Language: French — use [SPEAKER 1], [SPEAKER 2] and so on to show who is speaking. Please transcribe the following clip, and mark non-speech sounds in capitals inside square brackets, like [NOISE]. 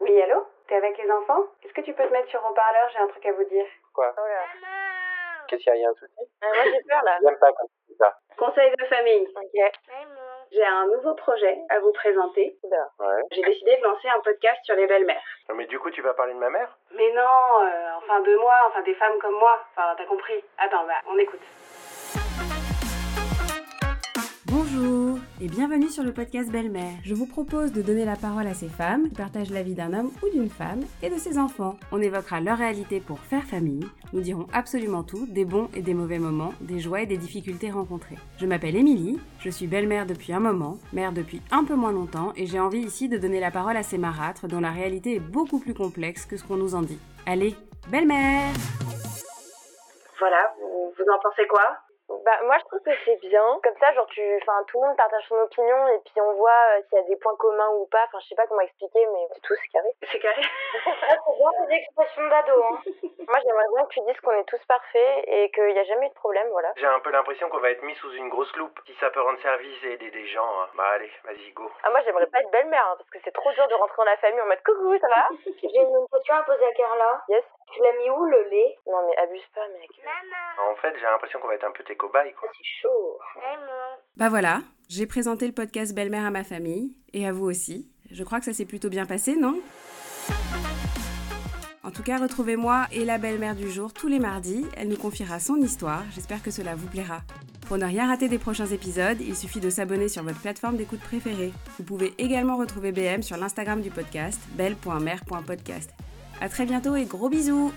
[SPEAKER 1] Oui, allô T'es avec les enfants Est-ce que tu peux te mettre sur haut-parleur J'ai un truc à vous dire.
[SPEAKER 2] Quoi
[SPEAKER 1] Oh là.
[SPEAKER 2] Qu'est-ce qu'il y a, il y a un souci
[SPEAKER 1] Ah, moi, j'ai peur, là.
[SPEAKER 2] J'aime pas quand tu fais ça.
[SPEAKER 1] Conseil de famille. Ok. J'ai un nouveau projet à vous présenter.
[SPEAKER 2] Ouais.
[SPEAKER 1] J'ai décidé de lancer un podcast sur les belles-mères.
[SPEAKER 2] Non, mais du coup, tu vas parler de ma mère
[SPEAKER 1] Mais non, euh, enfin de moi, enfin des femmes comme moi. Enfin, t'as compris. Attends, bah, on écoute.
[SPEAKER 3] Bonjour et bienvenue sur le podcast Belle-Mère. Je vous propose de donner la parole à ces femmes qui partagent la vie d'un homme ou d'une femme et de ses enfants. On évoquera leur réalité pour faire famille. Nous dirons absolument tout, des bons et des mauvais moments, des joies et des difficultés rencontrées. Je m'appelle Émilie, je suis belle-mère depuis un moment, mère depuis un peu moins longtemps et j'ai envie ici de donner la parole à ces marâtres dont la réalité est beaucoup plus complexe que ce qu'on nous en dit. Allez, belle-mère
[SPEAKER 1] Voilà, vous, vous en pensez quoi
[SPEAKER 4] Bah, moi, je trouve que c'est bien. Comme ça, genre, tu... enfin, tout le monde partage son opinion et puis on voit euh, s'il y a des points communs ou pas. Enfin, je sais pas comment expliquer, mais c'est tout, c'est
[SPEAKER 5] [LAUGHS]
[SPEAKER 4] carré.
[SPEAKER 1] C'est carré
[SPEAKER 5] Ah,
[SPEAKER 4] c'est bien les expressions d'ado, hein. [LAUGHS] moi, j'aimerais bien que tu dises qu'on est tous parfaits et qu'il n'y a jamais eu de problème, voilà.
[SPEAKER 2] J'ai un peu l'impression qu'on va être mis sous une grosse loupe. Si ça peut rendre service et aider des gens, hein. bah allez, vas-y, go.
[SPEAKER 4] Ah, moi, j'aimerais pas être belle-mère, hein, parce que c'est trop dur de rentrer dans la famille en mode coucou, ça va
[SPEAKER 5] J'ai une question à poser à Carla.
[SPEAKER 4] Yes.
[SPEAKER 5] Tu l'as mis où le lait Ah,
[SPEAKER 4] Non, mais abuse pas, mec.
[SPEAKER 2] En fait, j'ai l'impression qu'on va être un peu tes cobayes, quoi.
[SPEAKER 5] C'est chaud.
[SPEAKER 3] Bah voilà, j'ai présenté le podcast Belle-Mère à ma famille et à vous aussi. Je crois que ça s'est plutôt bien passé, non En tout cas, retrouvez-moi et la belle-mère du jour tous les mardis. Elle nous confiera son histoire. J'espère que cela vous plaira. Pour ne rien rater des prochains épisodes, il suffit de s'abonner sur votre plateforme d'écoute préférée. Vous pouvez également retrouver BM sur l'Instagram du podcast, belle.mère.podcast. À très bientôt et gros bisous